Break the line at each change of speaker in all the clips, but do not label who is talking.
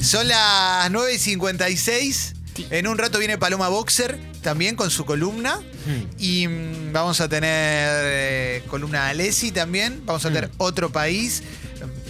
Son las 9 y 56. En un rato viene Paloma Boxer también con su columna. Y mm, vamos a tener eh, columna Alessi también. Vamos a tener otro país.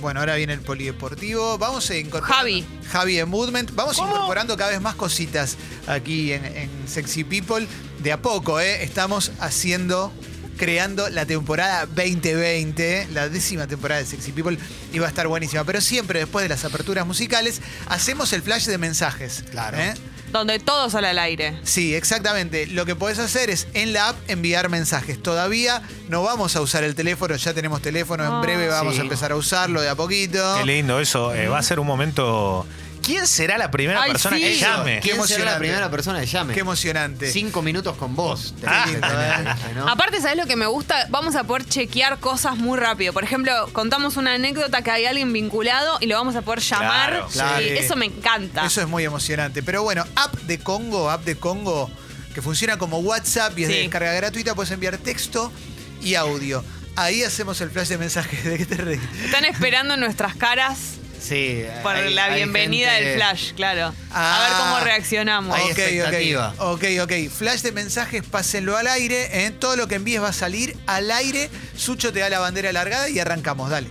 Bueno, ahora viene el polideportivo. Vamos a incorporar.
Javi.
Javi de Movement. Vamos incorporando cada vez más cositas aquí en, en Sexy People. De a poco, ¿eh? Estamos haciendo. Creando la temporada 2020, la décima temporada de Sexy People, y va a estar buenísima. Pero siempre después de las aperturas musicales, hacemos el flash de mensajes.
Claro.
¿eh?
Donde todo sale al aire.
Sí, exactamente. Lo que podés hacer es en la app enviar mensajes. Todavía no vamos a usar el teléfono, ya tenemos teléfono, en breve vamos
Sí.
a empezar a usarlo de a poquito.
Qué lindo eso. eh, va a ser un momento. ¿Quién será la primera
Ay,
persona que
sí.
llame?
Qué
¿Quién será
emocionante.
la primera persona que llame?
Qué emocionante.
Cinco minutos con vos. Te
Ah.
tenés que tener, ¿no?
Aparte, ¿sabes lo que me gusta? Vamos a poder chequear cosas muy rápido. Por ejemplo, contamos una anécdota que hay alguien vinculado y lo vamos a poder llamar.
Claro,
claro.
Y eso me encanta.
Eso es muy emocionante. Pero bueno, app de Congo, app de Congo, que funciona como WhatsApp y es de
Sí.
descarga gratuita, puedes enviar texto y audio. Ahí hacemos el flash de mensajes. ¿De qué te reís?
Están esperando nuestras caras
Sí.
por
hay-
la
hay
bienvenida
gente-
del flash, claro.
Ah.
a ver cómo reaccionamos.
Hay
Ok, ok.
expectativa.
Ok, ok. Flash de mensajes, pásenlo al aire. ¿eh? Todo lo que envíes va a salir al aire. Sucho te da la bandera alargada y arrancamos. Dale.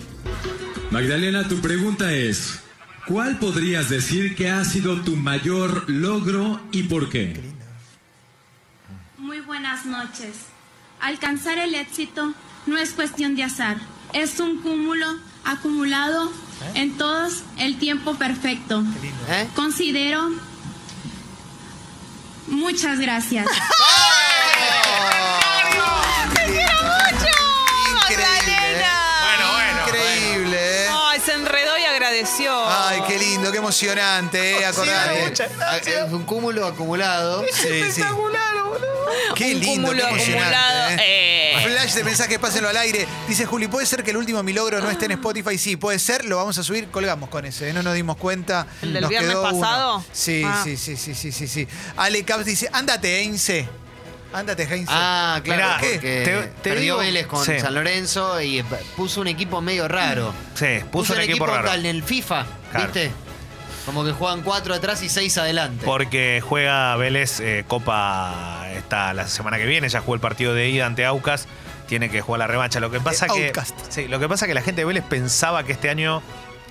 Magdalena, tu pregunta es, ¿cuál podrías decir que ha sido tu mayor logro y por qué?
Muy buenas noches. Alcanzar el éxito no es cuestión de azar, es un cúmulo acumulado en todos el tiempo perfecto.
¿Eh?
Considero... Muchas gracias.
Increíble.
Bueno, bueno.
Increíble. ¿eh?
Ay, se enredó y agradeció.
Ay, qué lindo, qué emocionante, ¿eh? Acordate.
Ah, Es un cúmulo acumulado.
Sí, sí. Qué
Un
lindo, qué
cúmulo acumulado,
emocionante. ¿eh?
eh.
Flash de mensajes, pásenlo al aire. Dice Juli, ¿puede ser que el último mi logro no esté en Spotify? Sí, puede ser, lo vamos a subir, colgamos con ese, ¿eh? no nos dimos cuenta.
¿El del
nos
viernes
quedó uno.
pasado?
Sí,
Ah.
sí, sí, sí, sí, sí, sí. Ale Caps dice, ándate, Heinze. Ándate, Heinze.
Ah, claro,
Mirá,
porque
te- te
perdió
digo-
Vélez con
sí.
San Lorenzo y eh, puso un equipo medio raro.
Sí, puso,
un equipo,
raro.
al del FIFA,
Claro.
¿viste? Como que juegan cuatro atrás y seis adelante.
Porque juega Vélez eh, Copa esta, la semana que viene, ya jugó el partido de ida ante Aucas, tiene que jugar la revancha. Lo que pasa
Eh,
que
Outcast.
sí, lo que pasa que la gente de Vélez pensaba que este año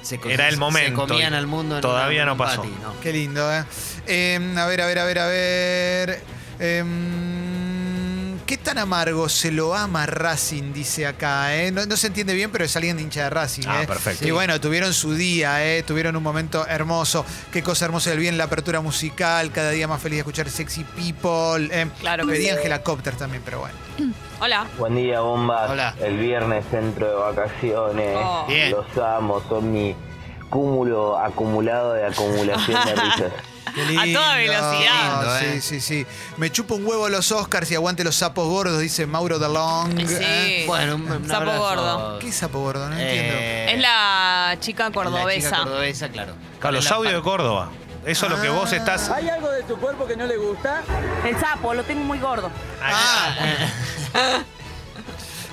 Se co-
era el
se
momento.
comían al mundo en
Todavía
un-
no
un
pasó.
pati, ¿no?
Qué lindo, ¿eh? Eh, A ver, a ver, a ver, a ver. Em, ¿Qué tan amargo se lo ama Racing? Dice acá, ¿eh? No, no se entiende bien, pero es alguien de hincha de Racing,
Ah,
¿eh?
perfecto.
Y bueno, tuvieron su día, ¿eh? Tuvieron un momento hermoso. Qué cosa hermosa del bien, la apertura musical. Cada día más feliz de escuchar Sexy People. ¿eh?
Claro que
Pedí
sí.
Angela Copter también, pero bueno.
Hola.
Buen día, bombas.
Hola.
El viernes centro de vacaciones.
Oh.
Bien.
Los amo, son mi cúmulo acumulado de acumulación de risas.
Qué
A toda velocidad.
Sí,
Lindo, ¿eh?
sí, sí. Me chupo un huevo los Oscars y aguante los sapos gordos, dice Mauro DeLong.
Sí.
¿eh?
Bueno, un, un
Sapo
abrazo.
gordo.
¿Qué es sapo gordo? No entiendo.
Eh,
Es la chica
La chica
cordobesa.
cordobesa, claro.
Claro, los
La-
audios de Córdoba. Eso es lo que vos estás.
¿Hay algo de tu cuerpo que no le gusta?
El sapo, lo tengo muy gordo.
Ah.
Ah,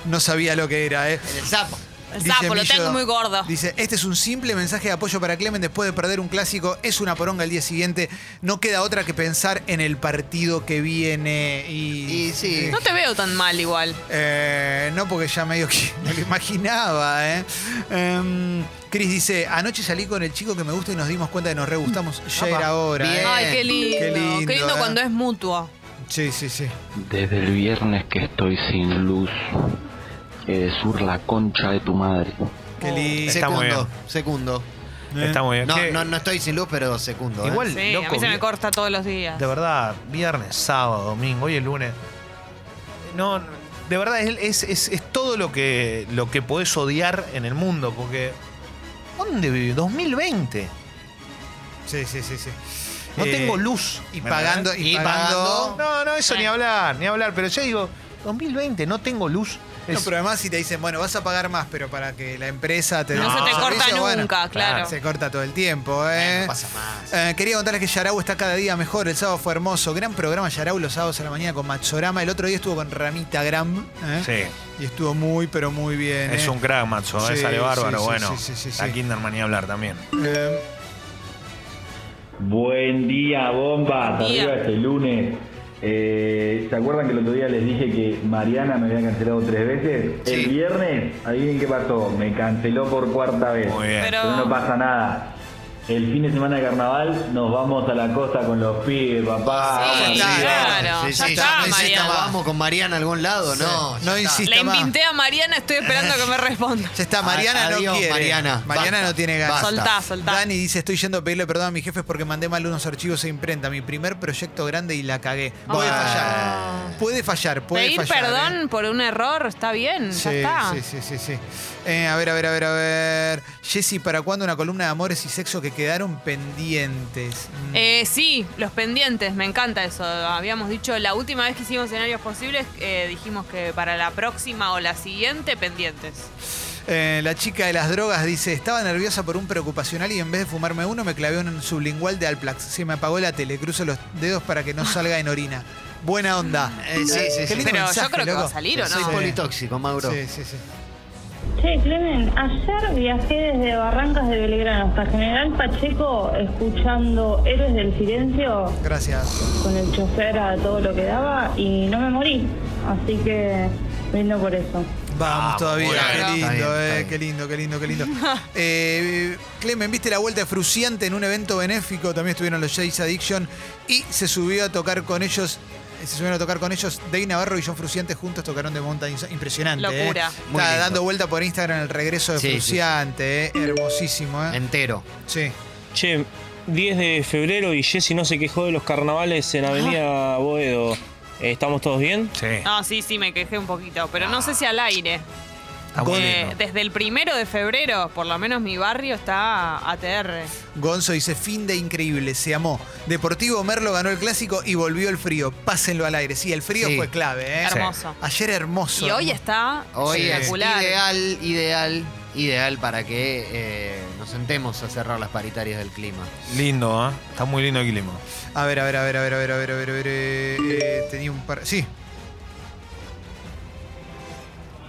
No sabía lo que era, ¿eh?
El sapo.
El
Dice
sapo, lo
Millo,
tengo muy gordo.
Dice, este es un simple mensaje de apoyo para Clemen después de perder un clásico. Es una poronga el día siguiente. No queda otra que pensar en el partido que viene. Y,
Y sí.
Eh,
No te veo tan mal igual.
eh, no, porque ya medio que no lo imaginaba, ¿eh? Em, Cris dice, anoche salí con el chico que me gusta y nos dimos cuenta que nos re gustamos. Ya
Apa,
era hora.
bien.
¿eh?
Ay, qué lindo. Qué lindo,
¿eh?
cuando es mutuo.
Sí, sí, sí.
Desde el viernes que estoy sin luz, sur la concha de tu madre.
Oh.
Qué lindo.
Está muy
Secundo, secundo.
Está muy bien.
No,
¿Qué?
no, no estoy sin luz, pero secundo. ¿eh?
Igual,
Sí, a
loco,
mí se me
vi-
corta todos los días.
de verdad, viernes, sábado, domingo, hoy es lunes. No, de verdad, es, es- es- es todo lo que, lo que podés odiar en el mundo, porque. ¿Dónde vive? 2020.
Sí, sí, sí, sí.
No
Eh,
tengo luz.
Y
¿Me
pagando,
entendés?
y
Y
pagando.
pagando.
No, no, eso
Eh.
ni hablar, ni hablar. Pero yo digo, 2020, no tengo luz.
No,
Es-
pero además si te dicen, bueno, vas a pagar más, pero para que la empresa te dé
No se
un
te corta
servicio, bueno,
nunca, claro.
Se corta todo el tiempo, ¿eh?
No pasa más.
Eh, quería contarles que Yarau está cada día mejor. El sábado fue hermoso. Gran programa Yarau los sábados a la mañana con Machorama. El otro día estuvo con Ramita Gram. ¿eh?
Sí,
Y estuvo muy, pero muy bien.
es
¿eh?
un crack, macho. ¿eh?
Sí,
Sale bárbaro.
sí, sí,
bueno,
sí, sí, sí, sí.
a Kinderman ni hablar también.
Eh,
Buen día, bombas.
Buen día.
Arriba este lunes. Eh, ¿Se acuerdan que el otro día les dije que Mariana me había cancelado tres veces?
Sí.
El viernes, adivinen qué pasó. Me canceló por cuarta vez.
Muy bien.
Pero-
Pero no pasa nada. El fin de semana de carnaval nos vamos a la costa con los pibes, papá.
Sí,
Vamos
Sí,
claro, ya está,
no insista
Mariana.
más. Vamos con Mariana a algún lado,
no
no. ya está.
insista.
La
más.
invinté a Mariana, estoy esperando que me responda.
Ya está, Mariana
A- adiós,
no quiere.
Mariana. Basta.
no tiene ganas.
Basta.
Soltá, soltá.
Dani dice, estoy yendo a pedirle perdón a mis jefes porque mandé mal unos archivos e imprenta. Mi primer proyecto grande y la cagué. Puede
Ah.
fallar. Puede fallar, puede
Pedir
fallar.
perdón
¿eh?
por un error está bien,
Sí,
ya está.
sí, sí, sí, sí. Eh, a ver, a ver, a ver, a ver. Jessy, ¿para cuándo una columna de amores y sexo que quedaron pendientes? Mm.
Eh, sí, los pendientes, me encanta eso. Habíamos dicho la última vez que hicimos escenarios posibles, eh, dijimos que para la próxima o la siguiente, pendientes.
Eh, la chica de las drogas dice, estaba nerviosa por un preocupacional y en vez de fumarme uno me clavé un sublingual de Alplax. Se me apagó la tele, cruzo los dedos para que no
Ah.
salga en orina. Buena onda.
Mm.
Eh, sí, sí,
Qué
sí.
lindo
Pero yo
mensaje,
creo que
loco.
va a salir, ¿o no?
Soy
Sí.
politóxico, Mauro.
Sí, sí, sí.
Che, Clemen, ayer viajé desde Barrancas de Belgrano hasta General Pacheco escuchando Héroes del Silencio
Gracias.
con el chofer a todo lo que daba y no me morí. Así que brindo por eso.
Vamos
Ah,
todavía.
bueno,
Qué
está
lindo,
bien, está
eh,
bien.
qué lindo, qué lindo, qué lindo. Eh, Clemen, viste la vuelta fruciante en un evento benéfico. También estuvieron los Jays Addiction y se subió a tocar con ellos. eh, Se subieron a tocar con ellos. Dave Navarro y John Fruciante juntos tocaron de Mountain. Impresionante. eh.
Locura.
Muy
Está
lindo.
dando vuelta por Instagram el regreso de
Sí, sí, sí.
Fruciante. eh. Hermosísimo. eh.
Entero.
Sí.
Che, 10 de febrero y Jesse no se quejó de los carnavales en Avenida Boedo. Eh, ¿Estamos todos bien?
Sí.
No, Ah, sí, sí, me quejé un poquito, pero no sé si al aire.
Está muy
Eh,
lindo.
desde el primero de febrero, por lo menos mi barrio está ATR.
Gonzo dice, fin de increíble, se amó. Deportivo Merlo ganó el clásico y volvió el frío. Pásenlo al aire. Sí, el frío
Sí.
fue clave. ¿eh?
Hermoso.
Ayer hermoso.
Y hoy está
Hoy es
espectacular.
ideal, ideal, ideal para que eh, nos sentemos a cerrar las paritarias del clima.
Lindo, ¿eh? Está muy lindo el clima.
A ver, a ver, a ver, a ver, a ver, a ver, a ver, a ver, eh, eh, tenía un par. Sí.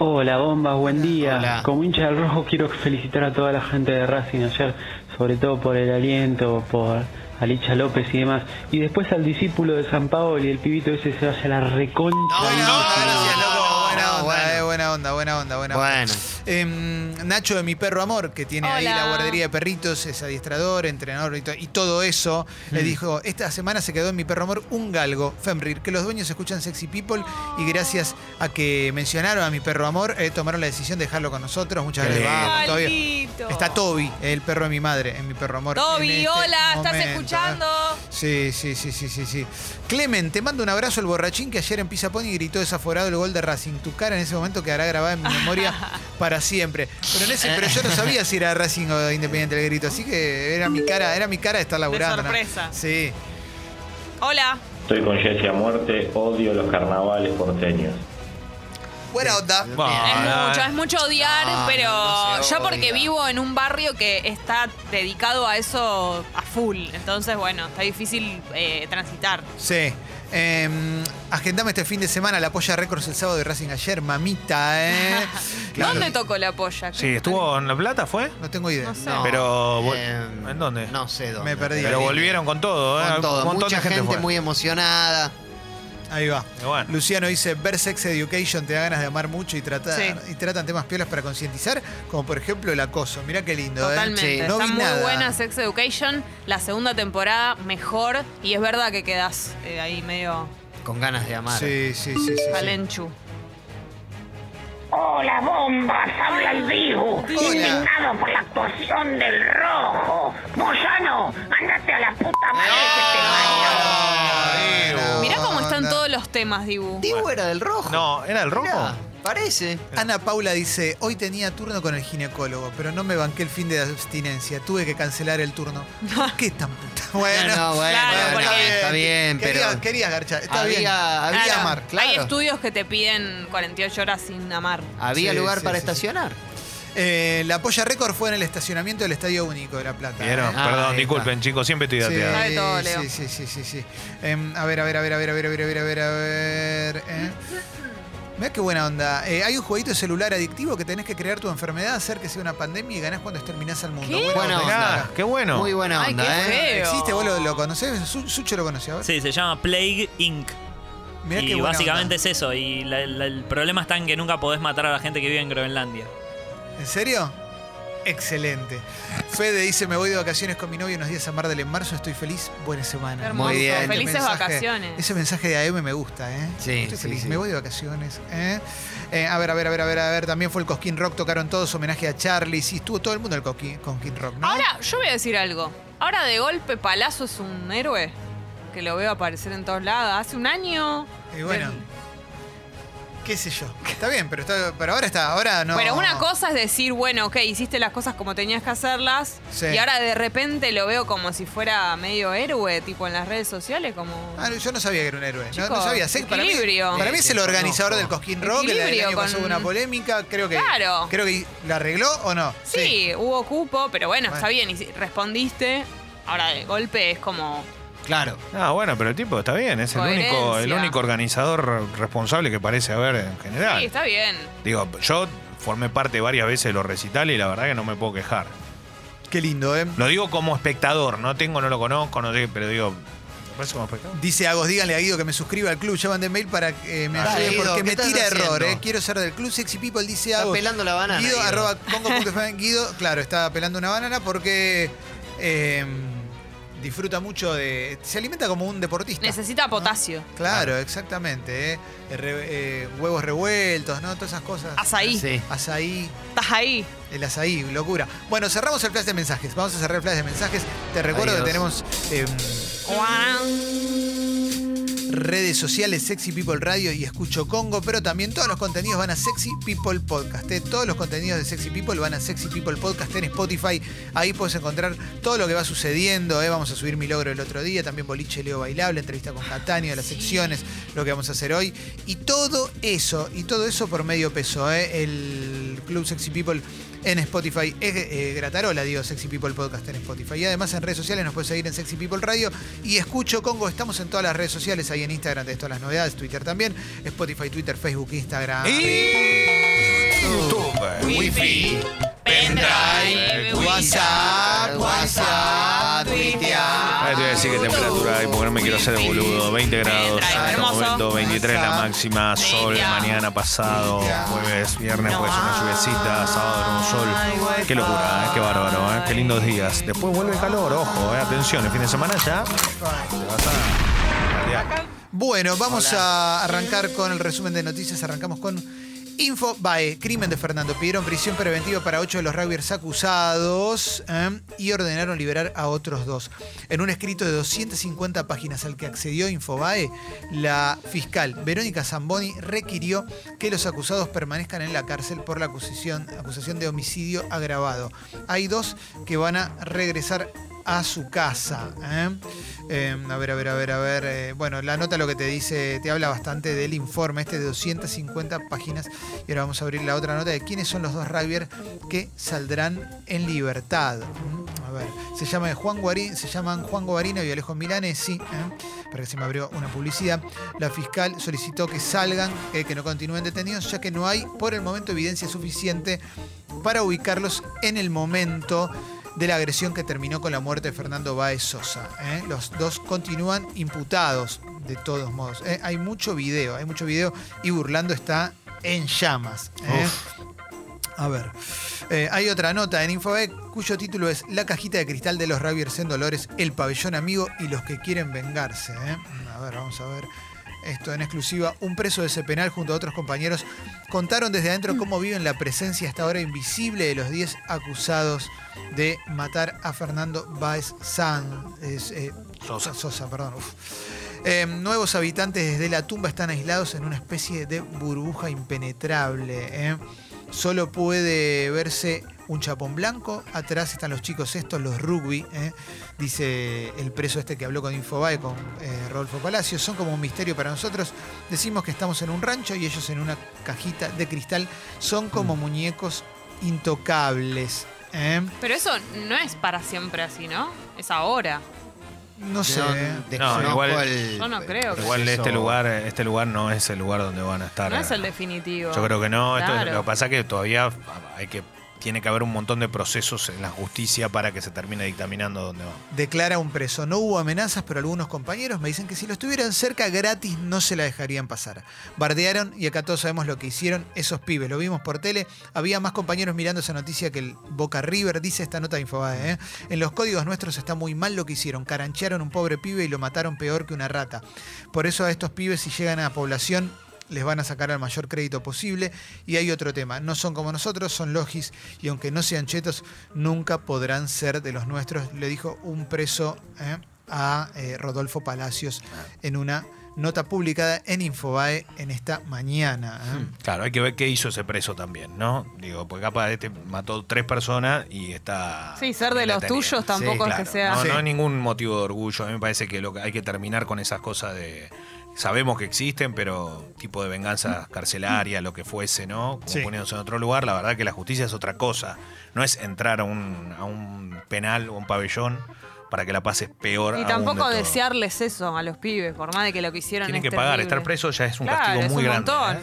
Hola, bombas, buen día.
Hola.
Como hincha del rojo quiero felicitar a toda la gente de Racing ayer, sobre todo por el aliento, por Alicha López y demás. Y después al discípulo de San Paolo y el pibito ese se vaya a la reconcha.
Ah,
Buena
no,
onda,
no,
gracias,
no,
loco.
no,
Buena
no,
onda,
bueno.
eh, buena onda, buena onda, buena onda.
Bueno.
Em, Nacho de Mi Perro Amor, que tiene ahí
Hola.
la guardería de perritos, es adiestrador, entrenador y, to- y todo eso, le dijo, esta semana se quedó en Mi Perro Amor un galgo, Femrir, que los dueños escuchan Sexy People y gracias a que mencionaron a Mi Perro Amor, eh, tomaron la decisión de dejarlo con nosotros. Muchas
Qué
gracias.
lindo.
Vamos, todavía.
Maldito.
Está este Toby, el perro de mi madre, en Mi Perro Amor. en
Toby,
este
hola, ¿estás
momento, ¿eh?
escuchando?
Sí, sí, sí, sí, sí, sí. Clemen, te mando un abrazo el borrachín que ayer en Pisa Pony gritó desaforado el gol de Racing. Tu cara en ese momento quedará grabada en mi memoria para siempre. Pero en ese, pero yo no sabía si era Racing o de Independiente el grito, así que era mi cara, era mi cara de estar laburando. ¿no?
sorpresa.
Sí.
Hola.
Estoy con Jesse a muerte, odio los carnavales porteños.
Buena onda.
Es
Ah,
mucho,
eh.
es mucho odiar,
Ah,
No,
pero
no, no se
yo porque
odia.
vivo en un barrio que está dedicado a eso a full. Entonces, bueno, está difícil eh, transitar.
Sí. Eh, agendame este fin de semana la polla récords el sábado de Racing ayer, mamita, ¿eh? Claro.
¿Dónde tocó la polla?
Sí, ¿estuvo en La Plata, fue?
No tengo idea.
No sé.
No,
Pero, vol-
eh,
¿en dónde?
No sé dónde.
Me perdí.
Pero volvieron con todo, ¿eh?
Con todo.
Un montón
Mucha
de gente,
gente,
fue.
muy emocionada.
Ahí va.
Y bueno.
Luciano dice, ver Sex Education te da ganas de amar mucho y tratar
Sí.
y tratan temas piolas para concientizar, como por ejemplo el acoso. Mirá qué lindo, ¿eh?
Totalmente.
Sí.
No
Está
vi
muy
nada.
buena Sex Education. La segunda temporada mejor. Y es verdad que quedás eh, ahí medio
Con ganas de amar.
Sí, sí, sí, sí, sí.
calenchu.
Hola, bombas, habla el Dibu, indignado por la actuación del rojo. Moyano, andate a la puta madre que te
Ay,
No,
Mirá cómo
no,
están
Ah, no.
todos los temas, Dibu.
Dibu era del rojo.
No, ¿era el rojo?
Mirá, parece.
Ana Paula dice, hoy tenía turno con el ginecólogo, pero no me banqué el fin de abstinencia. Tuve que cancelar el turno. ¿Por qué tan puta? Bueno,
No, no, bueno,
Claro,
bueno,
porque-
está bien,
Quería-
pero.
Querías garchar, está
había,
bien.
había,
Claro,
amar, claro.
Hay estudios que te piden 48 horas sin amar.
Había
Sí,
lugar
sí,
para
sí,
estacionar.
Eh, la polla récord fue en el estacionamiento del Estadio Único de La Plata.
¿Vieron?
Ah, ahí
Perdón,
está.
disculpen, chicos, siempre estoy
Sí,
dateado.
Sabe todo, Leo.
sí, sí, sí, sí, sí. Em, a ver, a ver, a ver, a ver, a ver, a ver, a ver, a ver, a ver. eh. Mirá qué buena onda. Eh, hay un jueguito de celular adictivo que tenés que crear tu enfermedad, hacer que sea una pandemia y ganás cuando exterminás al mundo.
¿Qué?
Buena
Buena
onda.
Mirá,
onda.
Ah, qué bueno.
Muy buena
Ay,
onda,
qué
¿eh?
feo.
¿Existe? ¿Vos lo, lo conocés? Su- Sucho lo conocía. a ver.
Sí, se llama Plague Inc.
Mirá qué
y
buena
básicamente es eso. Y la- la- el problema está en que nunca podés matar a la gente que vive en Groenlandia.
onda. ¿En serio? Excelente. Fede dice, me voy de vacaciones con mi novio unos días a Mar del en marzo, estoy feliz, buena semana.
Hermoso.
Muy bien.
Este
Felices
mensaje-
vacaciones.
Ese mensaje de AM me gusta, ¿eh?
Sí,
Estoy
sí,
feliz,
sí.
me voy de vacaciones. ¿eh? Eh, a ver, a ver, a ver, a ver, a ver. También fue el Cosquín Rock, tocaron todos homenaje a Charlie. Sí, estuvo todo el mundo el Cosquín, Cosquín Rock, ¿no?
Ahora, yo voy a decir algo. Ahora de golpe Palazzo es un héroe. Que lo veo aparecer en todos lados. Hace un año.
y bueno.
del-
Qué sé yo. Está bien, pero, está, pero ahora está, ahora no.
Pero una cosa es decir, bueno, ok, hiciste las cosas como tenías que hacerlas.
Sí.
Y ahora de repente lo veo como si fuera medio héroe, tipo en las redes sociales, como.
Ah, no, yo no sabía que era un héroe. no- no,
Chicos,
sabía. Sé que para mí,
equilibrio.
para mí es el
Desconozco.
organizador del Cosquín Rock. El del
Equilibrio
año pasado
con-
hubo una polémica. Creo que,
Claro.
creo que lo arregló o no.
Sí, hubo cupo, pero bueno,
Bueno.
está bien, y si- respondiste. Ahora de golpe es como.
Claro.
Ah, bueno, pero el tipo está bien, es el único, el
Coherencia.
único organizador responsable que parece haber en general.
Sí, está bien.
Digo, yo formé parte varias veces de los recitales y la verdad que no me puedo quejar.
Qué lindo, ¿eh?
Lo digo como espectador, no tengo, no lo conozco, no sé, pero digo, ¿me parece como espectador?
Dice Agos, díganle a Guido que me suscriba al club. Ya mandé mail para que eh, me
Dale,
ayude
Ah, Guido,
porque
¿qué
me
estás
tira error.
haciendo?
eh. Quiero ser del club. Sexy People dice
Está
Agos.
pelando la banana.
Guido,
Guido.
arroba congo.fm. Guido, claro, está pelando una banana porque eh, disfruta mucho de. Se alimenta como un deportista.
Necesita potasio.
Claro, exactamente. eh. Re- eh, huevos revueltos, ¿no? Todas esas cosas.
Azaí.
Sí.
Azaí.
Estás ahí.
El azaí, locura. Bueno, cerramos el flash de mensajes. Vamos a cerrar el flash de mensajes. Te recuerdo
Adiós.
que tenemos eh, redes sociales Sexy People Radio y Escucho Congo, pero también todos los contenidos van a Sexy People Podcast. eh. Todos los contenidos de Sexy People van a Sexy People Podcast en Spotify. Ahí puedes encontrar todo lo que va sucediendo. eh. Vamos a subir mi logro el otro día, también Boliche Leo Bailable, entrevista con Catania, las secciones, lo que vamos a hacer hoy. Y todo eso, y todo eso por medio peso. eh. El Club Sexy People en Spotify. Es eh, Gratarola, digo, Sexy People Podcast en Spotify. Y además en redes sociales nos puedes seguir en Sexy People Radio. Y Escucho Congo, estamos en todas las redes sociales, ahí en Instagram, de todas las novedades, Twitter también, Spotify, Twitter, Facebook, Instagram.
YouTube.
Wifi.
Pendrive,
WhatsApp, WhatsApp,
tuitear.
Ahora te voy a decir qué temperatura hay porque no me quiero hacer el boludo. 20 grados en este
Hermoso.
momento, 23 la máxima, sol
Media.
mañana pasado, jueves, viernes puede ser una lluviecita, sábado era un sol. Qué locura, ¿eh? qué bárbaro, ¿eh? qué lindos días. Después vuelve el calor, ojo, ¿eh? atención, el fin de semana ya. te vas a- Ya.
Bueno, vamos a arrancar con el resumen de noticias. Arrancamos con Info Bae, crimen de Fernando. Pidieron prisión preventiva para ocho de los rugbyers acusados ¿eh? y ordenaron liberar a otros dos. En un escrito de 250 páginas al que accedió Infobae, la fiscal Verónica Zamboni requirió que los acusados permanezcan en la cárcel por la acusación, acusación de homicidio agravado. Hay dos que van a regresar a su casa. ¿eh? Eh, a ver, a ver, a ver, a ver. eh, bueno, la nota lo que te dice, te habla bastante del informe, este de 250 páginas. Y ahora vamos a abrir la otra nota de quiénes son los dos rugbyers que saldrán en libertad. Mm, A ver, se llama Juan Guarín, se llaman Juan Guarino y Alejo Milanesi. ¿eh? Para que se me abrió una publicidad. La fiscal solicitó que salgan, eh, que no continúen detenidos, ya que no hay por el momento evidencia suficiente para ubicarlos en el momento de la agresión que terminó con la muerte de Fernando Báez Sosa. ¿eh? Los dos continúan imputados, de todos modos. ¿eh? Hay mucho video, hay mucho video y Burlando está en llamas. ¿eh? A ver, eh, hay otra nota en Infobae cuyo título es La cajita de cristal de los Raviers en Dolores, el pabellón amigo y los que quieren vengarse. ¿eh? A ver, vamos a ver. Esto en exclusiva, un preso de ese penal junto a otros compañeros contaron desde adentro cómo viven la presencia hasta ahora invisible de los 10 acusados de matar a Fernando Báez San, es, eh,
Sosa.
Sosa, perdón. uf. Eh, nuevos habitantes desde la tumba están aislados en una especie de burbuja impenetrable. ¿eh? Solo puede verse un chapón blanco. Atrás están los chicos estos, los rugby. ¿eh? Dice el preso este que habló con Infobae, con eh, Rodolfo Palacio. Son como un misterio para nosotros. Decimos que estamos en un rancho y ellos en una cajita de cristal. Son
Mm.
como muñecos intocables. ¿eh?
Pero eso no es para siempre así, ¿no? Es ahora.
No sé. ¿eh?
No, igual,
Yo no creo que
igual
sea
este
eso.
lugar, este lugar no es el lugar donde van a estar.
No es
eh.
el definitivo.
Yo creo que no. Esto es-
Claro.
lo que pasa es que todavía hay que, tiene que haber un montón de procesos en la justicia para que se termine dictaminando dónde va.
Declara un preso. No hubo amenazas, pero algunos compañeros me dicen que si los tuvieran cerca gratis no se la dejarían pasar. Bardearon y acá todos sabemos lo que hicieron esos pibes. Lo vimos por tele. Había más compañeros mirando esa noticia que el Boca River, dice esta nota de Infobae. ¿eh? En los códigos nuestros está muy mal lo que hicieron. Caranchearon a un pobre pibe y lo mataron peor que una rata. Por eso a estos pibes, si llegan a población, les van a sacar el mayor crédito posible. Y hay otro tema, no son como nosotros, son logis, y aunque no sean chetos, nunca podrán ser de los nuestros, le dijo un preso ¿eh? a eh, Rodolfo Palacios en una nota publicada en Infobae en esta mañana. ¿eh?
Claro, hay que ver qué hizo ese preso también, ¿no? Digo, porque capaz este mató tres personas y está.
Sí, ser de
detenido.
los tuyos tampoco es que sea-
No,
Sí.
no hay ningún motivo de orgullo. A mí me parece que lo que hay que terminar con esas cosas de. Sabemos que existen, pero tipo de venganza carcelaria, lo que fuese, ¿no? Como
Sí.
poniéndose en otro lugar, la verdad que la justicia es otra cosa. No es entrar a un, a un penal o un pabellón para que la pases peor.
Y
aún
tampoco
de todo.
desearles eso a los pibes, por más de que lo que hicieron
Tienen
es
que pagar,
terrible.
estar preso ya es un
Claro,
castigo
es
muy
un
grande.
montón.
¿eh?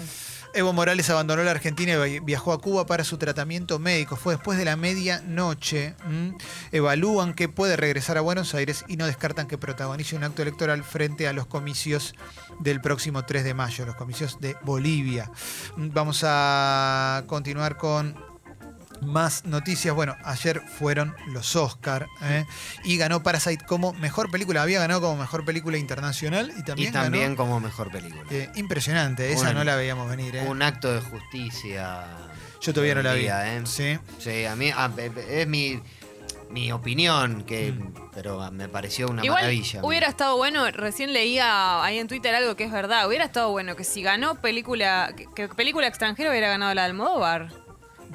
Evo Morales abandonó la Argentina y viajó a Cuba para su tratamiento médico. Fue después de la medianoche. ¿m? Evalúan que puede regresar a Buenos Aires y no descartan que protagonice un acto electoral frente a los comicios del próximo 3 de mayo, los comicios de Bolivia. M, Vamos a continuar con más noticias. Bueno, ayer fueron los Oscar ¿eh? y ganó Parasite como mejor película. Había ganado como mejor película internacional y también,
y también
ganó.
como mejor película.
eh, impresionante, esa
Un-
no la veíamos venir. ¿eh?
Un acto de justicia.
Yo todavía no la vi.
Día, ¿eh?
Sí.
Sí, a mí a- pe- pe- es mi, mi opinión, que,
Mm.
pero a- me pareció una
Igual
maravilla.
hubiera estado bueno, recién leía ahí en Twitter algo que es verdad, hubiera estado bueno que si ganó película, que, que película extranjera hubiera ganado la de Almodóvar.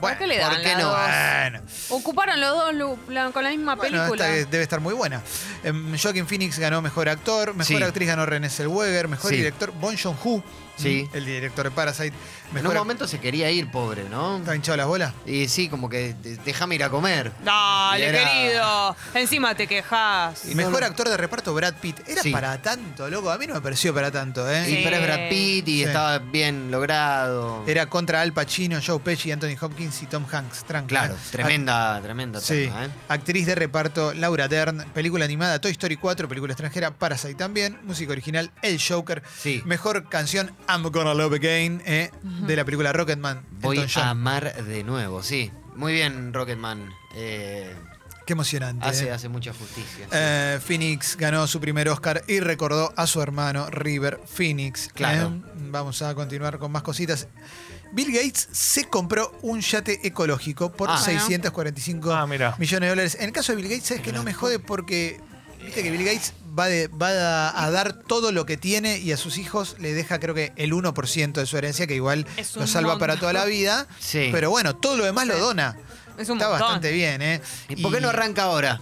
¿Por qué le dan
¿por qué
la
no?
dos?
Ah.
Bueno.
Ocuparon los dos lu- la- con la misma
Bueno,
película.
esta debe estar muy buena. Em, Joaquin Phoenix ganó Mejor Actor, Mejor
Sí.
Actriz ganó René Zellweger, Mejor
Sí.
Director Bon Joon-ho, Mm,
Sí.
el director de Parasite.
En un
Mejor
momento se quería ir, pobre, ¿no?
¿Está hinchado las bolas?
Y sí, como que de- déjame ir a comer.
Dale,
Y era-
querido. Encima te quejas.
Mejor Actor de Reparto Brad Pitt. Era
Sí.
para tanto, loco. A mí no me pareció para tanto, ¿eh?
Y pero es Brad Pitt y
Sí. Eh,
estaba bien logrado.
Era contra Al Pacino, Joe Pesci, Anthony Hopkins y Tom Hanks. ¿eh? Tranquilo.
Claro,
ah,
tremenda, tremenda tanda, ¿eh?
Actriz de reparto Laura Dern, película animada Toy Story 4, película extranjera Parasite también, música original El Joker,
Sí.
mejor canción I'm Gonna Love Again eh, de la película Rocketman.
Voy
Elton John.
a amar de nuevo, sí. Muy bien, Rocketman. Eh,
Qué emocionante.
hace,
eh.
hace mucha justicia. sí.
Eh, Phoenix ganó su primer Oscar y recordó a su hermano River Phoenix.
Claro.
Eh, Vamos a continuar con más cositas. Bill Gates se compró un yate ecológico por
Ah.
645
Ah, mira.
millones de dólares. En el caso de Bill Gates, es que no me jode porque viste que Bill Gates va, de- va a, a dar todo lo que tiene y a sus hijos le deja creo que el 1% de su herencia, que igual
Es
lo
un
salva para toda la
montón.
vida.
Sí.
Pero bueno, todo lo demás lo
Sí.
dona.
Es un
Está
montón.
bastante bien, ¿eh?
¿Y por qué no arranca ahora?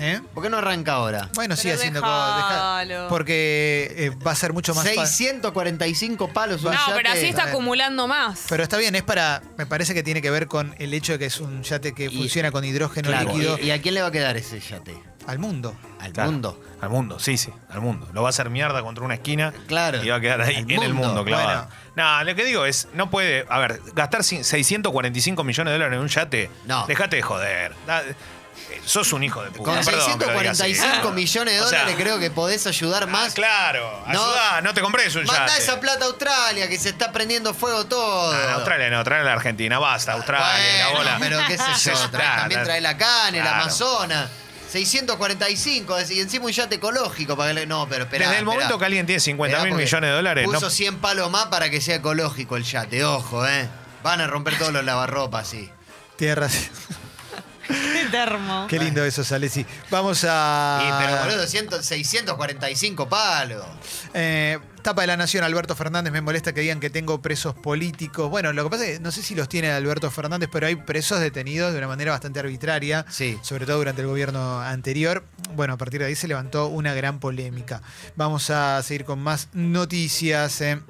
¿Eh?
¿Por qué no arranca ahora?
Bueno,
Pero
sigue haciendo cosas.
dejalo.
deja- Porque eh, va a ser mucho más fácil. Eh,
645 palos. un
No, pero
yate.
así está
Está bien.
acumulando más.
Pero está bien, es para. Me parece que tiene que ver con el hecho de que es un yate que
Y-
funciona con hidrógeno
Claro,
líquido
¿Y, y a quién le va a quedar ese yate?
al mundo.
Al
Claro.
mundo.
Al mundo, sí, sí, al mundo. Lo va a hacer mierda contra una esquina
Claro.
y va a quedar ahí
Al
en el
mundo,
mundo, clavado.
bueno.
No, lo que digo es, no puede, a ver, gastar cin- 645 millones de dólares en un yate,
No.
dejate de joder. Da- eh, sos un hijo de puta.
Con
perdón que lo diga así.
645 millones de
O sea,
dólares creo que podés ayudar más.
ah, claro,
No.
ayudá, no te compres un
Mandá
yate.
esa plata a Australia que se está prendiendo fuego todo.
Ah, no, Australia no, trae a la Argentina, basta, Australia,
Bueno,
la bola.
pero qué sé yo,
Se-
trae- también
nah,
trae la cana, el
claro.
Amazonas. 645, y encima un yate ecológico para que le- No, pero espera.
Desde el momento que alguien tiene 50 mil millones de dólares,
Puso
no-
100 palos más para que sea ecológico el yate, ojo, ¿eh? Van a romper todos los lavarropas, sí.
Tierras.
Qué termo.
Qué lindo eso, Salesi. Vamos a.
Y, pero boludo, 100, 645 palos.
Eh, Está tapa de la Nación, Alberto Fernández, me molesta que digan que tengo presos políticos. Bueno, lo que pasa es que no sé si los tiene Alberto Fernández, pero hay presos detenidos de una manera bastante arbitraria, sobre todo durante el gobierno anterior. Bueno, a partir de ahí se levantó una gran polémica. Vamos a seguir con más noticias. eh.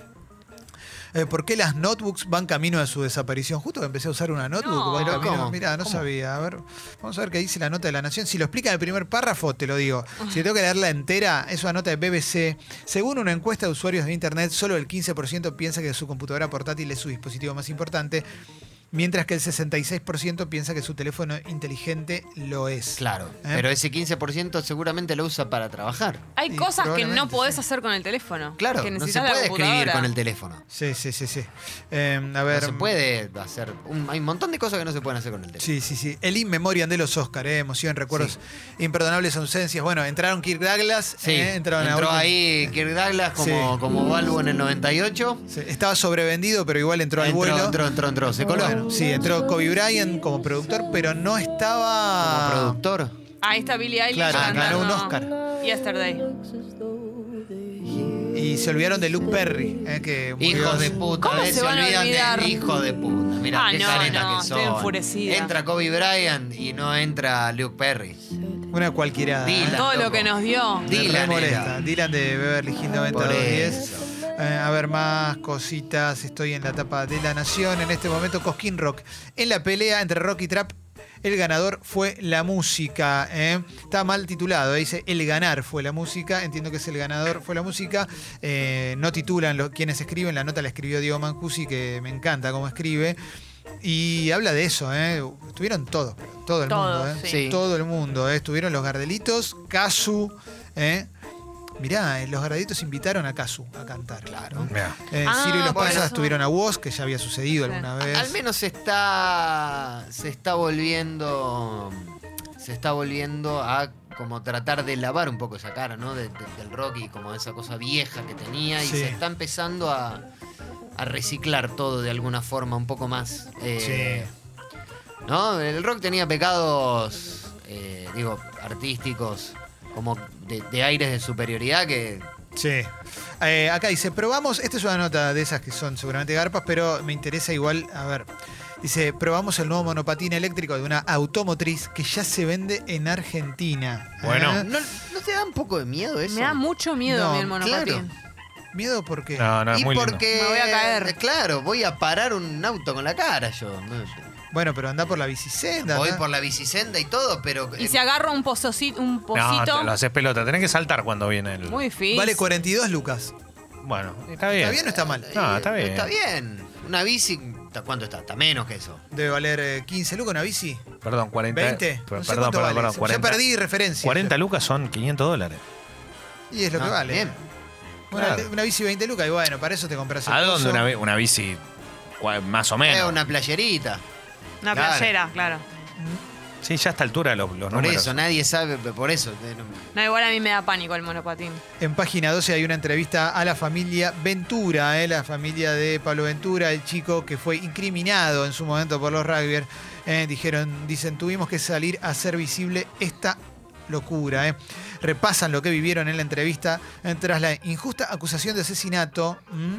Eh, ¿Por qué las notebooks van camino a su desaparición? Justo que empecé a usar una notebook.
No.
van
Pero
camino-
¿cómo?
Mirá, no
¿Cómo?
sabía. A ver, vamos a ver qué dice la nota de la Nación. Si lo explica en el primer párrafo, te lo digo. Si tengo que leerla entera, es una nota de BBC. Según una encuesta de usuarios de Internet, solo el 15% piensa que su computadora portátil es su dispositivo más importante, mientras que el 66% piensa que su teléfono inteligente lo es.
Claro.
¿Eh?
Pero ese 15% seguramente lo usa para trabajar.
Hay
Sí,
cosas que no
probablemente,
podés hacer con el teléfono.
Claro,
que
no se
necesitas la
puede escribir
computadora.
con el teléfono.
Sí, sí, sí, sí. Eh, a ver.
No se puede hacer. un- hay un montón de cosas que no se pueden hacer con el teléfono.
Sí, sí, sí. El in memoriam de los Oscar, ¿eh? emoción, recuerdos, imperdonables ausencias. Bueno, entraron Kirk Douglas,
Sí,
¿eh? entraron a
entró
última-
ahí Kirk Douglas como,
Sí.
como Balbo en el 98.
Sí, Estaba sobrevendido, pero igual entró, al
Entró,
vuelo.
entró, entró, entró, se coló.
Bueno, sí, entró Kobe Bryant como productor, pero no estaba.
Como productor.
Ahí está Billie Eilish
Claro, ganó
cantando
un Oscar.
Yesterday.
Y se olvidaron de Luke Perry, ¿eh? que murió
Hijos de puta,
¿Cómo
eh,
se van a
olvidan
olvidar?
del hijo de puta. Mira
Ah,
qué
no,
careta
no,
que
estoy
son.
enfurecida.
Entra Kobe Bryant y no entra Luke Perry.
Una cualquiera. ¿eh?
Dylan,
Todo lo
loco.
que nos dio.
Me
Dylan
re molesta.
era.
Dylan de Beverly Hills
Por
9210.
eso.
Eh, a ver, más cositas. Estoy en la etapa de La Nación. En este momento, Cosquín Rock. En la pelea entre rock y trap, el ganador fue la música. ¿eh? Está mal titulado. eh. Dice, el ganar fue la música. Entiendo que es el ganador fue la música. Eh, no titulan los, quienes escriben. La nota la escribió Diego Mancusi, que me encanta cómo escribe. Y habla de eso, ¿eh? Estuvieron todos, todo el
Todos,
mundo, ¿eh?
sí. Sí.
Todo el mundo, ¿eh? Estuvieron los Gardelitos, Casu, ¿eh? Mirá, eh, los Gardelitos invitaron a Casu a cantar. Claro. Eh,
Ah,
Ciro y los
por
Pasas
eso.
estuvieron a Woz, que ya había sucedido
Sí.
alguna
A- Al
vez.
menos se está. se está volviendo. Se está volviendo a como tratar de lavar un poco esa cara, ¿no? De- de- del rock y como esa cosa vieja que tenía. Y
Sí.
se está empezando a, a reciclar todo de alguna forma, un poco más. eh, ¿No? El rock tenía pecados. eh, digo, artísticos. Como de, de aires de superioridad que.
Sí. Eh, acá dice, probamos, esta es una nota de esas que son seguramente garpas, pero me interesa igual, a ver. Dice, probamos el nuevo monopatín eléctrico de una automotriz que ya se vende en Argentina.
Bueno.
¿Eh?
¿No, ¿no te da un poco de miedo eso?
Me da mucho miedo
No,
a mí el monopatín.
claro.
Miedo porque...
No, no, es
y
muy lindo.
porque. eh,
Me voy a caer.
Claro, voy a parar un auto con la cara yo. No, yo-
Bueno, pero anda por la bicicenda.
Voy
andá-
por la bicisenda y todo, pero.
Y
eh,
se agarra un pozocito, un
No,
pocito.
te lo haces pelota. Tenés que saltar cuando viene el.
muy difícil.
Vale 42 lucas.
Bueno, está bien.
¿Está bien o está mal?
No, está
eh,
bien.
Está bien. Una bici. ¿ta- ¿Cuánto está? Está menos que eso.
Debe valer eh, 15 lucas una bici.
Perdón, 40.
20.
Perdón,
no sé cuánto
perdón, perdón,
vale.
perdón,
Ya
40.
perdí referencia.
40 lucas son 500 dólares.
Y es lo que
Ah,
vale.
bien.
Una,
Claro.
una bici 20 lucas y bueno, para eso te compras el
¿A dónde
coso.
una, bi- una bici? Cua- Más o
Es
menos.
una playerita.
Una
Claro.
playera, claro.
Sí, ya a esta altura los, los
Por
números.
eso, nadie sabe, pe- por eso. eh, no-
No, igual a mí me da pánico el monopatín.
En página 12 hay una entrevista a la familia Ventura, ¿eh? la familia de Pablo Ventura, el chico que fue incriminado en su momento por los rugbyers. ¿eh? Dijeron, dicen, tuvimos que salir a hacer visible esta locura. ¿eh? Repasan lo que vivieron en la entrevista eh, tras la injusta acusación de asesinato. ¿m?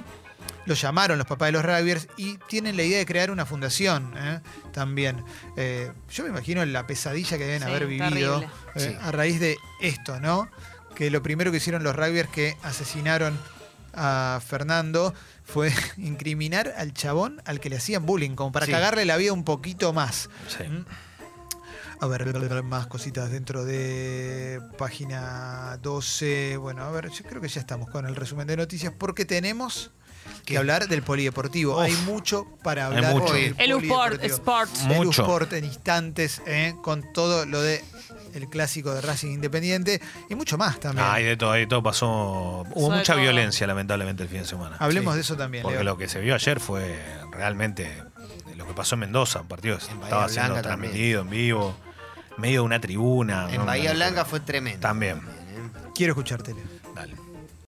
Lo llamaron los papás de los rugbyers y tienen la idea de crear una fundación ¿eh? también. Eh, yo me imagino la pesadilla que deben
Sí,
haber
terrible.
vivido eh,
Sí.
a raíz de esto, ¿no? Que lo primero que hicieron los rugbyers que asesinaron a Fernando fue incriminar al chabón al que le hacían bullying, como para
Sí.
cagarle la vida un poquito más. ¿Mm?
Sí.
A ver, ver, ver, más cositas dentro de página 12. Bueno, a ver, yo creo que ya estamos con el resumen de noticias porque tenemos que hablar del polideportivo. Hay mucho para hablar.
mucho.
del
El Uport
polideportivo.
Sports.
Mu- Mucho.
El Sport en instantes, ¿eh? con todo lo de el clásico de Racing Independiente y mucho más también.
Ay, de todo, de todo pasó. Hubo
Sobre
mucha
todo.
violencia, lamentablemente, el fin de semana.
Hablemos
Sí.
de eso también.
Porque
Leo.
lo que se vio ayer fue realmente lo que pasó en Mendoza, un partido que
Bahía
estaba siendo
Blanca también.
transmitido en vivo, medio de una tribuna.
En
¿no?
Bahía
Una locura.
Blanca fue tremendo.
También.
¿eh?
Quiero escucharte. Leo.
Dale.